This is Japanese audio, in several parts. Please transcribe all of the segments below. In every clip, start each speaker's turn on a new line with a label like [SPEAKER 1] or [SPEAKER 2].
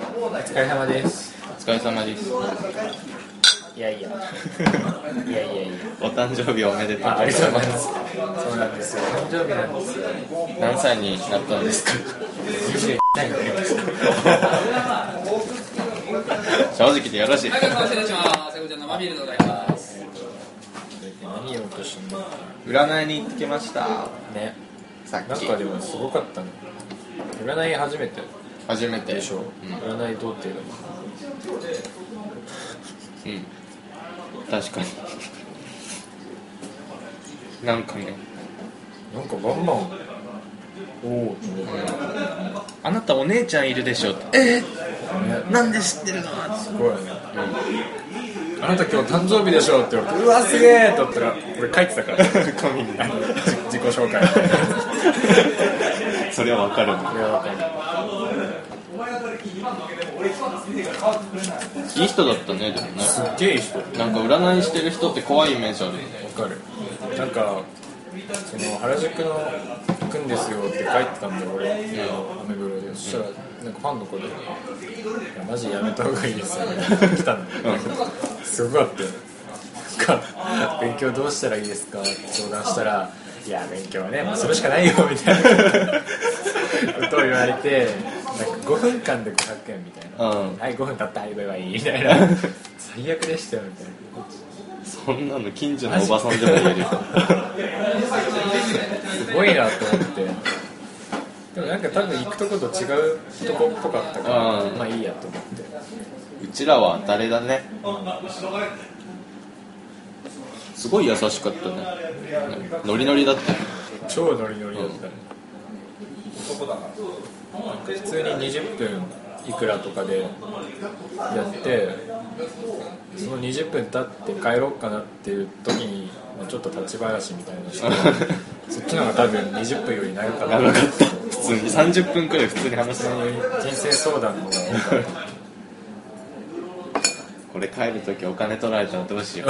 [SPEAKER 1] 疲れ様です
[SPEAKER 2] お疲れ様です。
[SPEAKER 1] いやいやいやいやいや
[SPEAKER 2] お誕生日おめでとう
[SPEAKER 1] ああ
[SPEAKER 2] ご
[SPEAKER 1] りが
[SPEAKER 2] ざ
[SPEAKER 1] と
[SPEAKER 2] いう
[SPEAKER 1] ご
[SPEAKER 2] ま
[SPEAKER 1] ざいます
[SPEAKER 2] す。
[SPEAKER 1] そうなんですよ誕生日なんですよ
[SPEAKER 2] 何歳になったんですか。
[SPEAKER 1] 20歳になりました
[SPEAKER 2] 正直でよろしい。
[SPEAKER 3] はい、失礼します。セコちゃん生ビールでございます。
[SPEAKER 1] 何やろうとしてんの
[SPEAKER 2] 占いに行ってきました。
[SPEAKER 1] ね
[SPEAKER 2] さっ
[SPEAKER 1] なん
[SPEAKER 2] き
[SPEAKER 1] かでもすごかったね占い初めて
[SPEAKER 2] 初めて
[SPEAKER 1] でしょ、占い童貞だもん
[SPEAKER 2] うん。うん。確かに。 なんかね、
[SPEAKER 1] なんかバンバンおおって思ったね
[SPEAKER 2] あなたお姉ちゃんいるでしょって。えなんで知って るの？
[SPEAKER 1] すごいね、あなた今日誕生日でしょって言われてうわすげえって言ったら俺書いてた から
[SPEAKER 2] コミになる。
[SPEAKER 1] じ自己紹介
[SPEAKER 2] それはわかる。いい人だったねでもね。
[SPEAKER 1] すっげえいい人わ
[SPEAKER 2] なんか占いしてる人って怖いイメージあるよね。
[SPEAKER 1] かるなんかその原宿の「くんですよ」って書いてたんだよ俺アメブロでそしたらなんかファンの子で「いやマジやめた方がいいですよ」来たんだよすごかったよなんか勉強どうしたらいいですか?」って相談したら「いや勉強はね、まあ、それしかないよ」みたいなことを言われてなんか5分間で500円みたいな「
[SPEAKER 2] うん
[SPEAKER 1] はい5分経ったはいバイバイ」みたいな最悪でしたよみたいな。
[SPEAKER 2] そんなの近所のおばさんでも言えるよ。
[SPEAKER 1] すごいなと思ってでもなんか多分行くとこと違うとこっぽかったから
[SPEAKER 2] うん
[SPEAKER 1] まあいいやと思って
[SPEAKER 2] うちらは誰だねすごい優しかったねノリノリだったよ
[SPEAKER 1] 超ノリノリだったねなんか普通に20分いくらとかでやってその20分経って帰ろうかなっていう時にまあちょっと立ち話みたいなの してそっちの方が多分20分より長かった
[SPEAKER 2] 長かった普通に30分くらい普通に話し
[SPEAKER 1] 普
[SPEAKER 2] て
[SPEAKER 1] 通に人生相談の方が多かった
[SPEAKER 2] これ帰る時お金取られたらどうしよう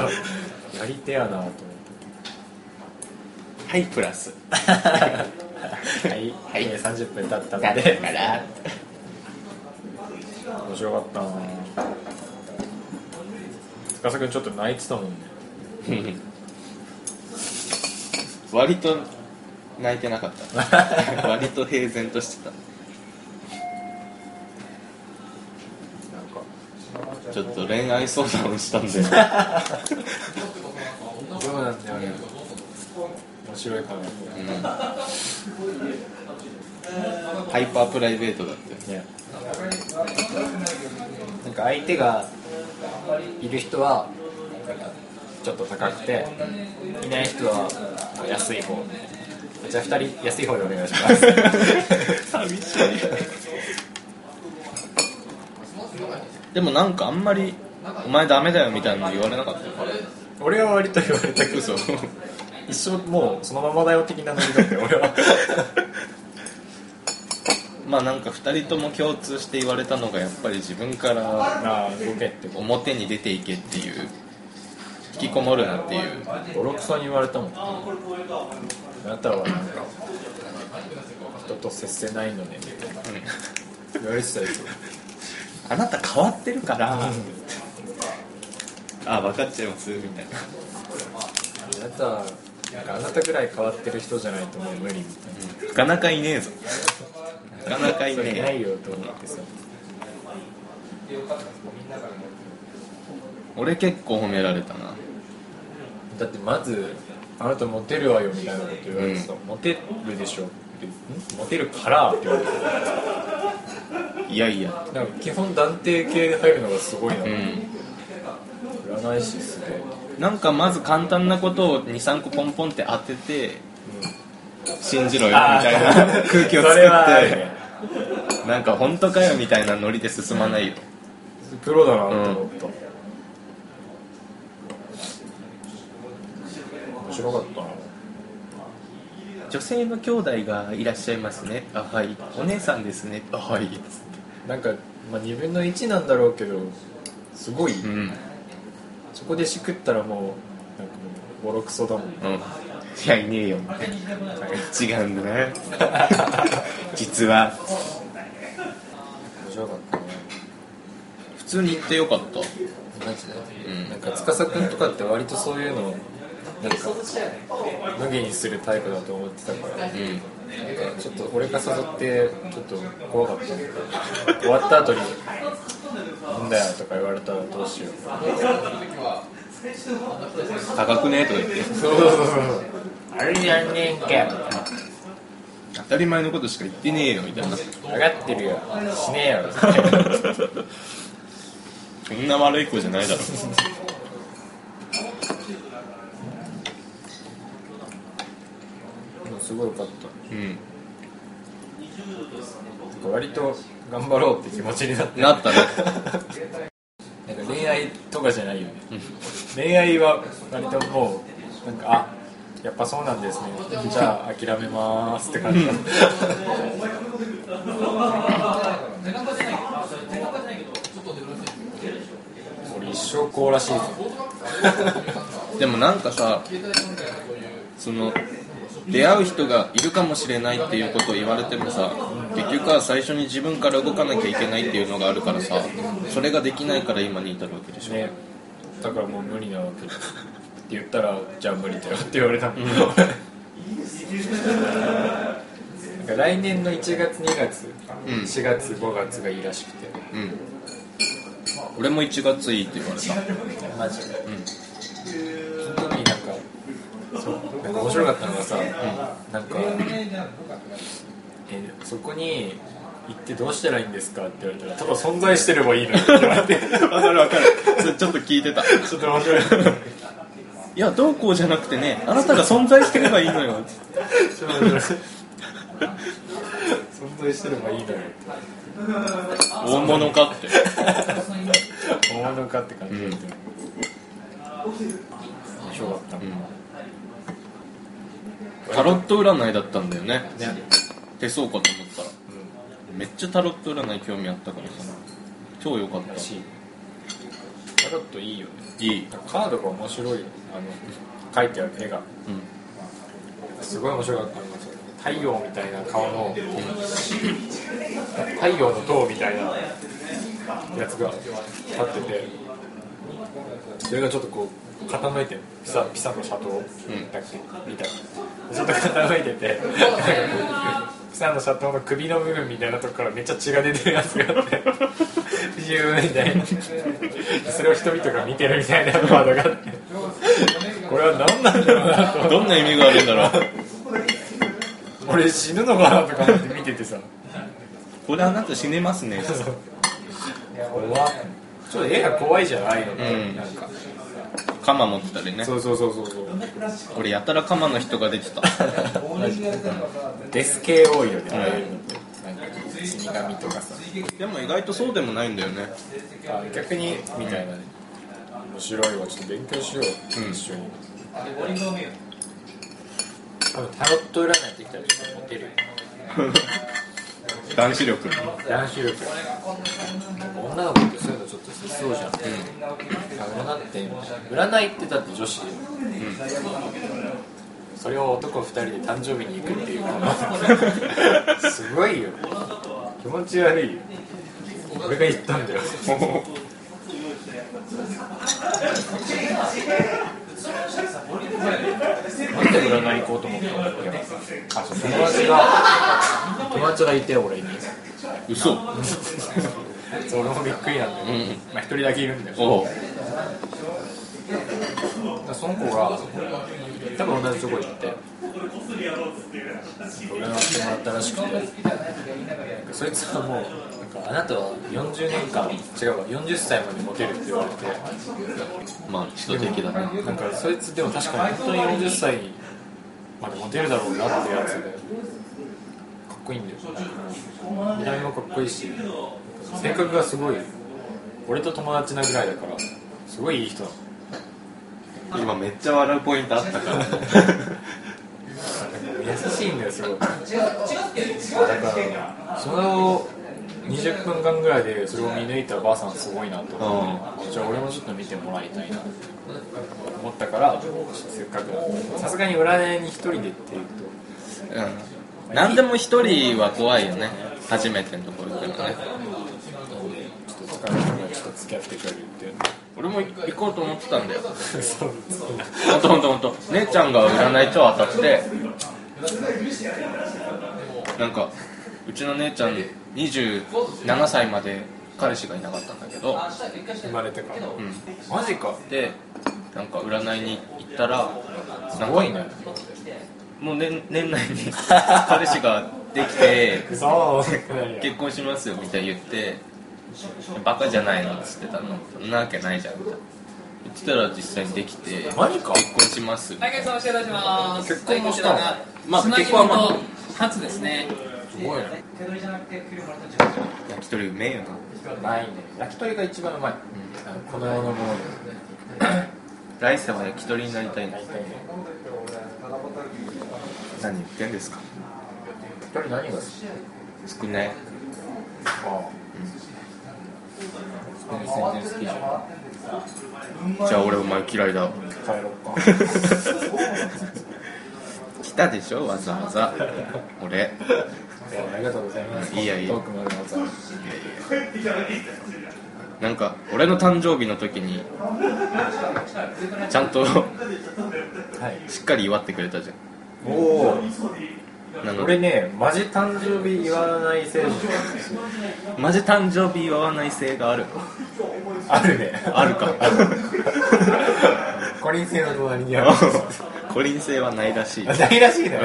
[SPEAKER 1] やりてやなと思っ
[SPEAKER 2] はいプラス
[SPEAKER 1] てはい、
[SPEAKER 2] はい
[SPEAKER 1] えー30分経ったの
[SPEAKER 2] だ
[SPEAKER 1] で
[SPEAKER 2] から
[SPEAKER 1] 面白かったな司君ちょっと泣いてたもんね
[SPEAKER 2] 割と泣いてなかった割と平然として
[SPEAKER 1] なんか
[SPEAKER 2] たちょっと恋愛相談をしたんで
[SPEAKER 1] どうなんだよね面白いかなね
[SPEAKER 2] ハイパープライベートだったよ
[SPEAKER 1] なんか相手がいる人はなんかちょっと高くていない人は安い方じゃあ2人安い方でお願いします
[SPEAKER 2] 寂しいでもなんかあんまり「お前ダメだよ」みたいなの言われなかったよ
[SPEAKER 1] 俺は割と言われた けど
[SPEAKER 2] 嘘
[SPEAKER 1] 一生もうそのままだよ的なノリだって俺 は
[SPEAKER 2] まあなんか2人とも共通して言われたのがやっぱり自分から
[SPEAKER 1] ああ動けってこ
[SPEAKER 2] 表に出ていけっていう引きこもるなっていう
[SPEAKER 1] とボロクソに言われたもんあなたはなんか人と接せないのねみたいな言われてたよ
[SPEAKER 2] あなた変わってるからあ分かっちゃいますみたいな
[SPEAKER 1] あなたはなんかあなたぐらい変わってる人じゃないともう無理みたいな
[SPEAKER 2] なかなかいねえぞなかなかい
[SPEAKER 1] そ
[SPEAKER 2] ね
[SPEAKER 1] れ
[SPEAKER 2] え
[SPEAKER 1] ないよと思ってさ
[SPEAKER 2] 俺結構褒められたな
[SPEAKER 1] だってまず「あなたモテるわよ」みたいなこと言われてさ「モテるでしょ」って「んモテるから」って言われて
[SPEAKER 2] いやいや
[SPEAKER 1] なんか基本断定系で入るのがすごいな、
[SPEAKER 2] うん
[SPEAKER 1] 占い師すごい
[SPEAKER 2] なんかまず簡単なことを23個ポンポンって当てて、信じろよみ
[SPEAKER 1] あー
[SPEAKER 2] たいな 空気を
[SPEAKER 1] そ
[SPEAKER 2] 作
[SPEAKER 1] れはある
[SPEAKER 2] っ
[SPEAKER 1] ね
[SPEAKER 2] てなんか本当かよみたいなノリで進まないよ、
[SPEAKER 1] プロだなと思った、面白かったな
[SPEAKER 2] 女性の兄弟がいらっしゃいますねあはいお姉さんですねあはいつって
[SPEAKER 1] なんか、まあ、2分の1なんだろうけどすごい、
[SPEAKER 2] うん
[SPEAKER 1] そこでしくったらもうなんかもうボロクソだもん
[SPEAKER 2] うんいやいねえよみたい な違うんだな実は
[SPEAKER 1] 面白かったね
[SPEAKER 2] 普通に行ってよかっ
[SPEAKER 1] マジで、
[SPEAKER 2] うん
[SPEAKER 1] なんか司君とかって割とそういうのをなんか無限にするタイプだと思ってたから、
[SPEAKER 2] たうん
[SPEAKER 1] なんかちょっと俺が誘ってちょっと怖かった終わった後に「なんだよ」とか言われたらどうしよう
[SPEAKER 2] 高くねとか言って
[SPEAKER 1] そうそうそうそうあれやんねんけ
[SPEAKER 2] 当たり前のことしか言ってねえよみたいな
[SPEAKER 1] 分かってるよしねえよ
[SPEAKER 2] そんな悪い子じゃないだろ
[SPEAKER 1] でもすごいよかった
[SPEAKER 2] うん
[SPEAKER 1] 割と頑張ろうって気持ちになって
[SPEAKER 2] なったね
[SPEAKER 1] なんか恋愛とかじゃないよね恋愛は割ともうなんかあやっぱそうなんですねじゃあ諦めまーすって感じだ俺一生こうらしいぞ
[SPEAKER 2] でもなんかさその出会う人がいるかもしれないっていうことを言われてもさ結局は最初に自分から動かなきゃいけないっていうのがあるからさそれができないから今に至るわけでしょ、
[SPEAKER 1] ねだからもう無理なわけって言ったらじゃあ無理だよって言われたもん、なんか来年の1月2月、
[SPEAKER 2] ん
[SPEAKER 1] 4月5月がいいらしくて
[SPEAKER 2] うん俺も1月いいって言われた
[SPEAKER 1] マジで、その時になんかそうなんか面白かったのがさ、なんか、えそこに行ってどうしたらいいんですかって言われたらただ存在してればいい のよって言われて
[SPEAKER 2] わかるわかるそれちょっと聞いてたい
[SPEAKER 1] ちょっと面白い
[SPEAKER 2] やどうこうじゃなくてねあなたが存在してればいいのよ
[SPEAKER 1] 存在してればいいのよ
[SPEAKER 2] 大物かって
[SPEAKER 1] 大物かって感じだったよ、面白かった、ね
[SPEAKER 2] タロット占いだったんだよね手相かと思ったらめっちゃタロット占い興味あったからさ超良かっ
[SPEAKER 1] うん、らしいタロットいいよね
[SPEAKER 2] たいい、
[SPEAKER 1] カードが面白いよあの書いてある絵が
[SPEAKER 2] うん、
[SPEAKER 1] すごい面白かったのが太陽みたいな顔の、太陽の塔みたいなやつが立っててそれがちょっとこう傾いてるピサピサのシャトーだっけみたいなちょっと傾いてて ピサのシャトーの首の部分みたいなとこからめっちゃ血が出てるやつがあってビューみたいなそれを人々が見てるみたいなカードがあってこれは何なんだろうなと思って
[SPEAKER 2] どんな意味があるんだ ろう
[SPEAKER 1] 俺死ぬのかなとか思って見ててさ
[SPEAKER 2] これあなた死ねますね
[SPEAKER 1] 怖っちょっと絵が怖いじゃないのね、
[SPEAKER 2] うん
[SPEAKER 1] なんか
[SPEAKER 2] 鎌持ってたりね
[SPEAKER 1] そうそうそうそうそう
[SPEAKER 2] 俺やたら鎌の人が出て た
[SPEAKER 1] デス系多いよねああいうのってなんか死神とかさ
[SPEAKER 2] でも意外とそうでもないんだよね
[SPEAKER 1] あ逆にみたいなね、面白いわちょっと勉強しよう、
[SPEAKER 2] うん
[SPEAKER 1] 一緒に多分タロット占いってきたらちょっとモテるよ
[SPEAKER 2] 男子力
[SPEAKER 1] 男子力女の子ってそういうのちょっとしそうじゃん、あ占って占いってだって女子、それを男2人で誕生日に行くっていうこのすごいよ気持ち悪いよ俺が言ったんだよなんで占い行こうと思ったんだっけあそう友達 が友達がいて俺に
[SPEAKER 2] 嘘
[SPEAKER 1] そう俺もびっくりなんだよ、
[SPEAKER 2] うんうん
[SPEAKER 1] まあ一人だけいるんだよ
[SPEAKER 2] おう
[SPEAKER 1] だからその子が多分同じとこ行って俺がしてもらったらしくてそいつはもうなんかあなたは40年間違うわ40歳までモテるって言われて
[SPEAKER 2] まあ人的だね
[SPEAKER 1] なんかそいつでも確かに本当に40歳までモテるだろうなってやつでかっこいいんだよ見た目もかっこいいし性格がすごい俺と友達なぐらいだからすごいいい人だ
[SPEAKER 2] 今めっちゃ笑うポイントあったから
[SPEAKER 1] 優しいんだよすごいだからそれを20分間ぐらいでそれを見抜いたばあさんすごいなと思って、じゃあ俺もちょっと見てもらいたいなと思ったからせっかくなんでさすがに占いに一人でって言う
[SPEAKER 2] うん何でも一人は怖いよね初めてのところからね
[SPEAKER 1] と付き合ってくれるっていう
[SPEAKER 2] 俺も行こうと思ってたんだよ
[SPEAKER 1] そう
[SPEAKER 2] ほんとほんとほんと姉ちゃんが占い超当たってなんかうちの姉ちゃん27歳まで彼氏がいなかったんだけど、
[SPEAKER 1] 生まれてから
[SPEAKER 2] うん、
[SPEAKER 1] マジか
[SPEAKER 2] でなんか占いに行ったらす
[SPEAKER 1] すごいね
[SPEAKER 2] もう年年内 に彼氏ができて
[SPEAKER 1] そう
[SPEAKER 2] 結婚しますよみたいに言ってバカじゃないのっつってたのそんなわけないじゃんみたいな言ってたら実際にできて結
[SPEAKER 1] マジか
[SPEAKER 2] 婚します
[SPEAKER 3] はい、結婚お知らせします。
[SPEAKER 1] 結婚もしたの
[SPEAKER 2] まあ
[SPEAKER 3] つなぎ
[SPEAKER 2] 結婚はまあ
[SPEAKER 3] の初ですね。
[SPEAKER 1] すごいね
[SPEAKER 2] 焼き鳥うめえよな
[SPEAKER 1] ないね焼き鳥が一番うまい、あのこの世のもので
[SPEAKER 2] 来世は焼き鳥になりたいの
[SPEAKER 1] 大体ね
[SPEAKER 2] 何言ってんですか
[SPEAKER 1] 焼き鳥何が好き
[SPEAKER 2] 少な
[SPEAKER 1] あ
[SPEAKER 2] い
[SPEAKER 1] あ、全然好きじゃん
[SPEAKER 2] じゃあ俺お前嫌い だ
[SPEAKER 1] 帰ろうか
[SPEAKER 2] 来たでしょわざわざ俺
[SPEAKER 1] ありがとうございます
[SPEAKER 2] いやいや
[SPEAKER 1] 遠くまでわざわざ
[SPEAKER 2] なんか俺の誕生日の時にちゃんと
[SPEAKER 1] はい
[SPEAKER 2] しっかり祝ってくれたじゃ
[SPEAKER 1] おお
[SPEAKER 2] んなの
[SPEAKER 1] 俺
[SPEAKER 2] で
[SPEAKER 1] ねマジ誕生日言わないせい
[SPEAKER 2] マジ誕生日祝わない性があ る
[SPEAKER 1] あるね
[SPEAKER 2] あるか
[SPEAKER 1] コリン星の隣にある
[SPEAKER 2] 個人性はないら しい
[SPEAKER 1] あないらしいなちょ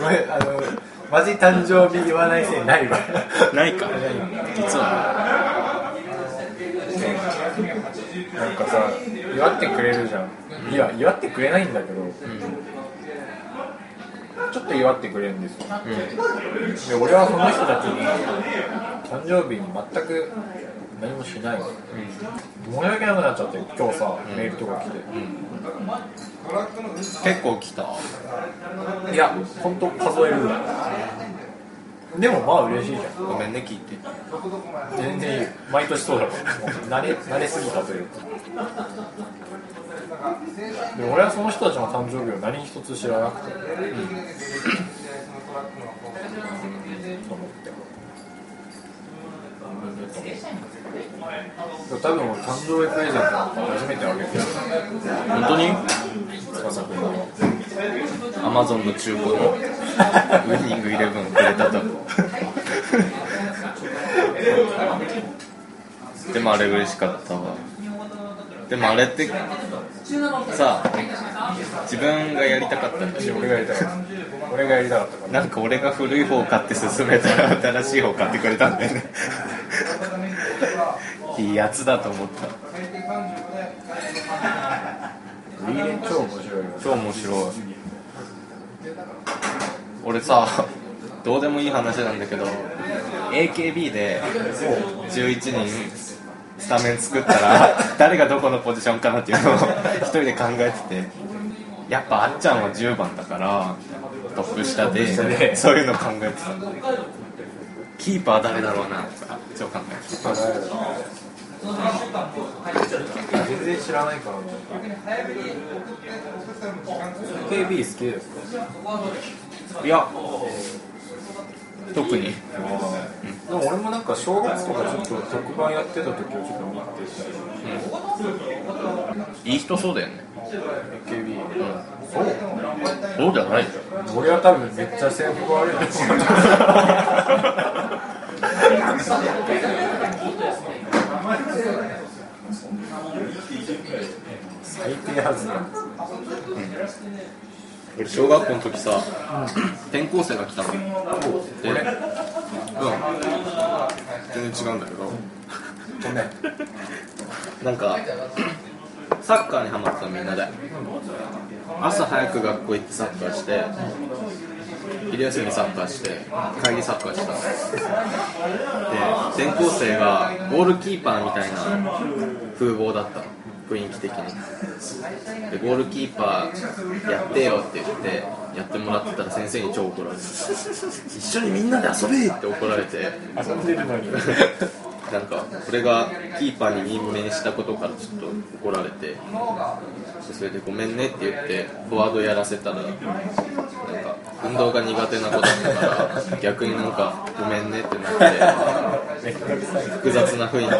[SPEAKER 1] ごめんあのマジ誕生日言わないせいないわ
[SPEAKER 2] ないか実は
[SPEAKER 1] なんかさ祝ってくれるじゃんいや祝ってくれないんだけど、ちょっと祝ってくれるんですよ、で俺はその人たちに誕生日に全く何もしないの、申し訳なくなっちゃって今日さ、メールとか来て、
[SPEAKER 2] 結構来た
[SPEAKER 1] いや本当数えるぐらいでもまあ嬉しいじゃん
[SPEAKER 2] ごめんね聞いて
[SPEAKER 1] 全然いい毎年そうだからもう慣れ慣れすぎたというかで俺はその人たちの誕生日を何一つ知らなくて、と思っておめでとうでも多分俺誕生日プレゼントなんか初めてあげてる
[SPEAKER 2] 本当に
[SPEAKER 1] 司君の
[SPEAKER 2] Amazon の中古のウィニングイレブンくれたとでもあれ嬉しかったわでもあれってさ自分がやりたかったんでしょ
[SPEAKER 1] 俺がやりたかった俺がやりたかったから
[SPEAKER 2] なんか俺が古い方を買って勧めたら新しい方を買ってくれたんだよねいいやつだと思った
[SPEAKER 1] ウィーレン超面白いよ
[SPEAKER 2] 超面白い俺さどうでもいい話なんだけど AKB で11人スタメン作ったら誰がどこのポジションかなっていうのを一人で考えててやっぱあっちゃんは10番だからトップ下
[SPEAKER 1] トップ下で
[SPEAKER 2] でそういうの考えてたキーパー誰だろうなとか超考えてた
[SPEAKER 1] 全然知らないからね KB 好きですか
[SPEAKER 2] いや特に
[SPEAKER 1] でも俺もなんか正月とかちょっと特番やってた時をちょっと見てた
[SPEAKER 2] いい人そうだよね
[SPEAKER 1] AKB
[SPEAKER 2] そうじゃない
[SPEAKER 1] 俺は多分めっちゃ制服悪いですよ最低はずだ
[SPEAKER 2] 俺小学校の時さ、転校生が来たので、うん、全然違うんだけど
[SPEAKER 1] ごめん
[SPEAKER 2] なんかサッカーにハマったのみんなで朝早く学校行ってサッカーして昼休みサッカーして帰りサッカーしたので転校生がゴールキーパーみたいな風貌だったの雰囲気的にでゴールキーパーやってよって言ってやってもらってたら先生に超怒られて一緒にみんなで遊べって怒られて
[SPEAKER 1] 遊んでるのに
[SPEAKER 2] なんかこれがキーパーに任命したことからちょっと怒られてそれで「ごめんね」って言ってフォワードやらせたらなんか運動が苦手な子だったから逆になんかごめんねってなって
[SPEAKER 4] めんどくさい
[SPEAKER 2] 複雑な雰囲気にな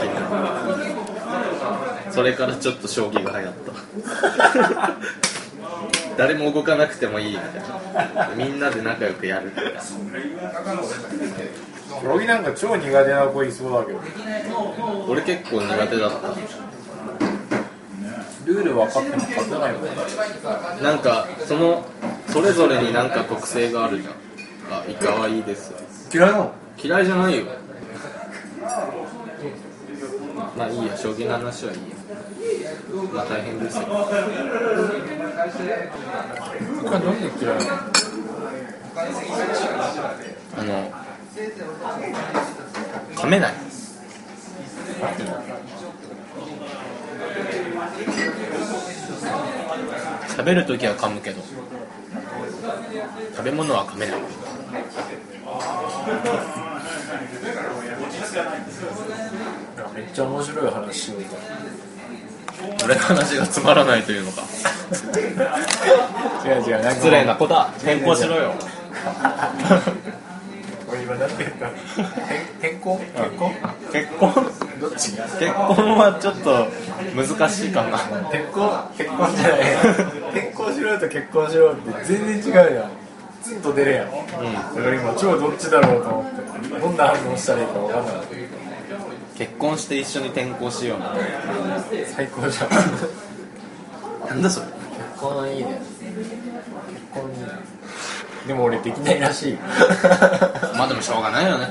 [SPEAKER 2] ってそれからちょっと将棋が流行った誰も動かなくてもいいみたいなみんなで仲良くやるみたいな
[SPEAKER 4] ロギなんか超苦手な子いそうだけど
[SPEAKER 2] 俺結構苦手だった
[SPEAKER 4] ルール分かっても勝てないもんね
[SPEAKER 2] なんかそのそれぞれになんか特性があるじゃんあイカはいいです
[SPEAKER 4] 嫌いなの
[SPEAKER 2] 嫌いじゃないよまあいいや将棋の話はいいやまあ大変ですよ
[SPEAKER 4] 僕はなんで嫌いな
[SPEAKER 2] あ
[SPEAKER 4] の
[SPEAKER 2] の噛めない喋るときは噛むけど食べ物は噛めない
[SPEAKER 4] めっちゃ面白い話しようと
[SPEAKER 2] 俺の話がつまらないというのか
[SPEAKER 4] 違う違うなんか
[SPEAKER 2] 失礼な子だ変更しろよ
[SPEAKER 4] 俺今何て言った変更変更
[SPEAKER 2] 結婚
[SPEAKER 4] どっちが
[SPEAKER 2] 結婚はちょっと難しいかな
[SPEAKER 4] 結婚結婚じゃない結婚しろよと結婚しろって全然違うやんツンと出るやん
[SPEAKER 2] うん
[SPEAKER 4] だから今超どっちだろうと思ってどんな反応したらいいか分かんなくて
[SPEAKER 2] 結婚して一緒に転校しよう
[SPEAKER 4] 最高じゃん
[SPEAKER 2] なんだそれ
[SPEAKER 4] 結婚いいね結婚いいねでも俺できないらしい
[SPEAKER 2] まあでもしょうがないよね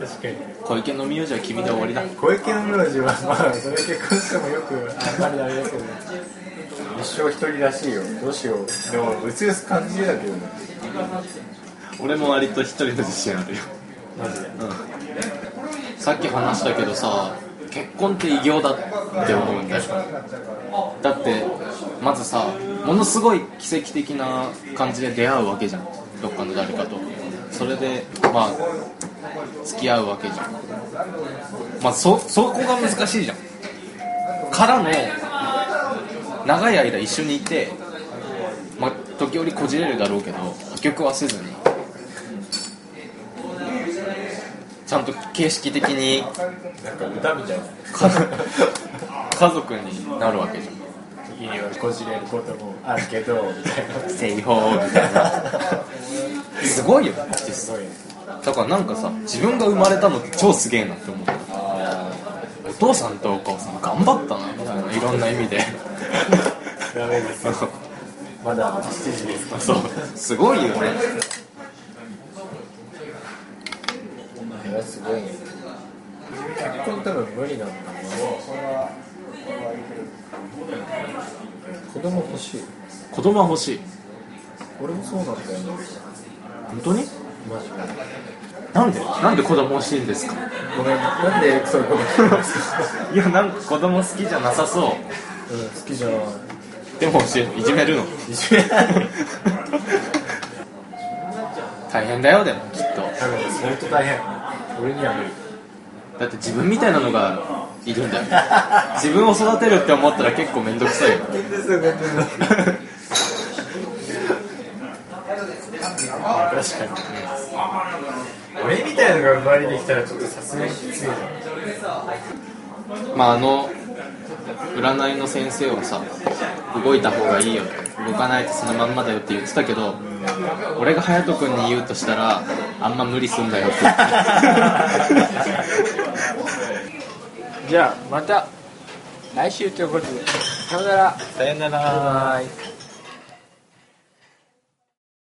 [SPEAKER 4] 確かに
[SPEAKER 2] 小池の名字は君で終わりだ
[SPEAKER 4] 小池の名字はまあそれ結婚してもよくあんまりあれだけど一生一人らしいよどうしようでもうつうす感じだけどね
[SPEAKER 2] 俺も割と一人の自信あるよ
[SPEAKER 4] マジで
[SPEAKER 2] さっき話したけどさ結婚って偉業だって思うんだよだってまずさものすごい奇跡的な感じで出会うわけじゃんどっかの誰かとそれでまあ付き合うわけじゃんまあそそこが難しいじゃんからの長い間一緒にいてまあ時折こじれるだろうけど破局はせずにちゃんと形式的に
[SPEAKER 4] なんか歌みたいな
[SPEAKER 2] 家族になるわけじゃん
[SPEAKER 4] 時にはこじれることもあるけどみたいな
[SPEAKER 2] 正方みたいな すごいよ実
[SPEAKER 4] す
[SPEAKER 2] 際
[SPEAKER 4] ごいね
[SPEAKER 2] だからなんかさ自分が生まれたのって超すげえなって思ったお父さんとお母さん頑張ったなみたいないろんな意味で
[SPEAKER 4] ダメですよまだ7時です か
[SPEAKER 2] そうすごいよね
[SPEAKER 4] いやすごいね結婚多分無理なんだろうな子供欲しい
[SPEAKER 2] 子供は欲しい
[SPEAKER 4] 俺もそうなんだよね
[SPEAKER 2] 本当に
[SPEAKER 4] マジで
[SPEAKER 2] なんでなんで子供欲しいんですか
[SPEAKER 4] ごめん、なんでそういうことするんですか。
[SPEAKER 2] いやなんか子供好きじゃなさそ
[SPEAKER 4] うん、好きじゃない。
[SPEAKER 2] うでも欲しいいじめるの大変だよでもきっと
[SPEAKER 4] 多分相当大変。俺には無理。
[SPEAKER 2] だって自分みたいなのがいるんだよ自分を育てるって思ったら結構面倒くさいよ
[SPEAKER 4] 全然そういうことない。確かに。俺みたいなのが生まれてきたらちょっとさすがにきついな。
[SPEAKER 2] まああの占いの先生はさ動いた方がいいよ動かないとそのまんまだよって言ってたけど俺が隼人君に言うとしたらあんま無理すんだよって言って
[SPEAKER 5] じゃあまた来週ということでさよなら
[SPEAKER 4] さよなら。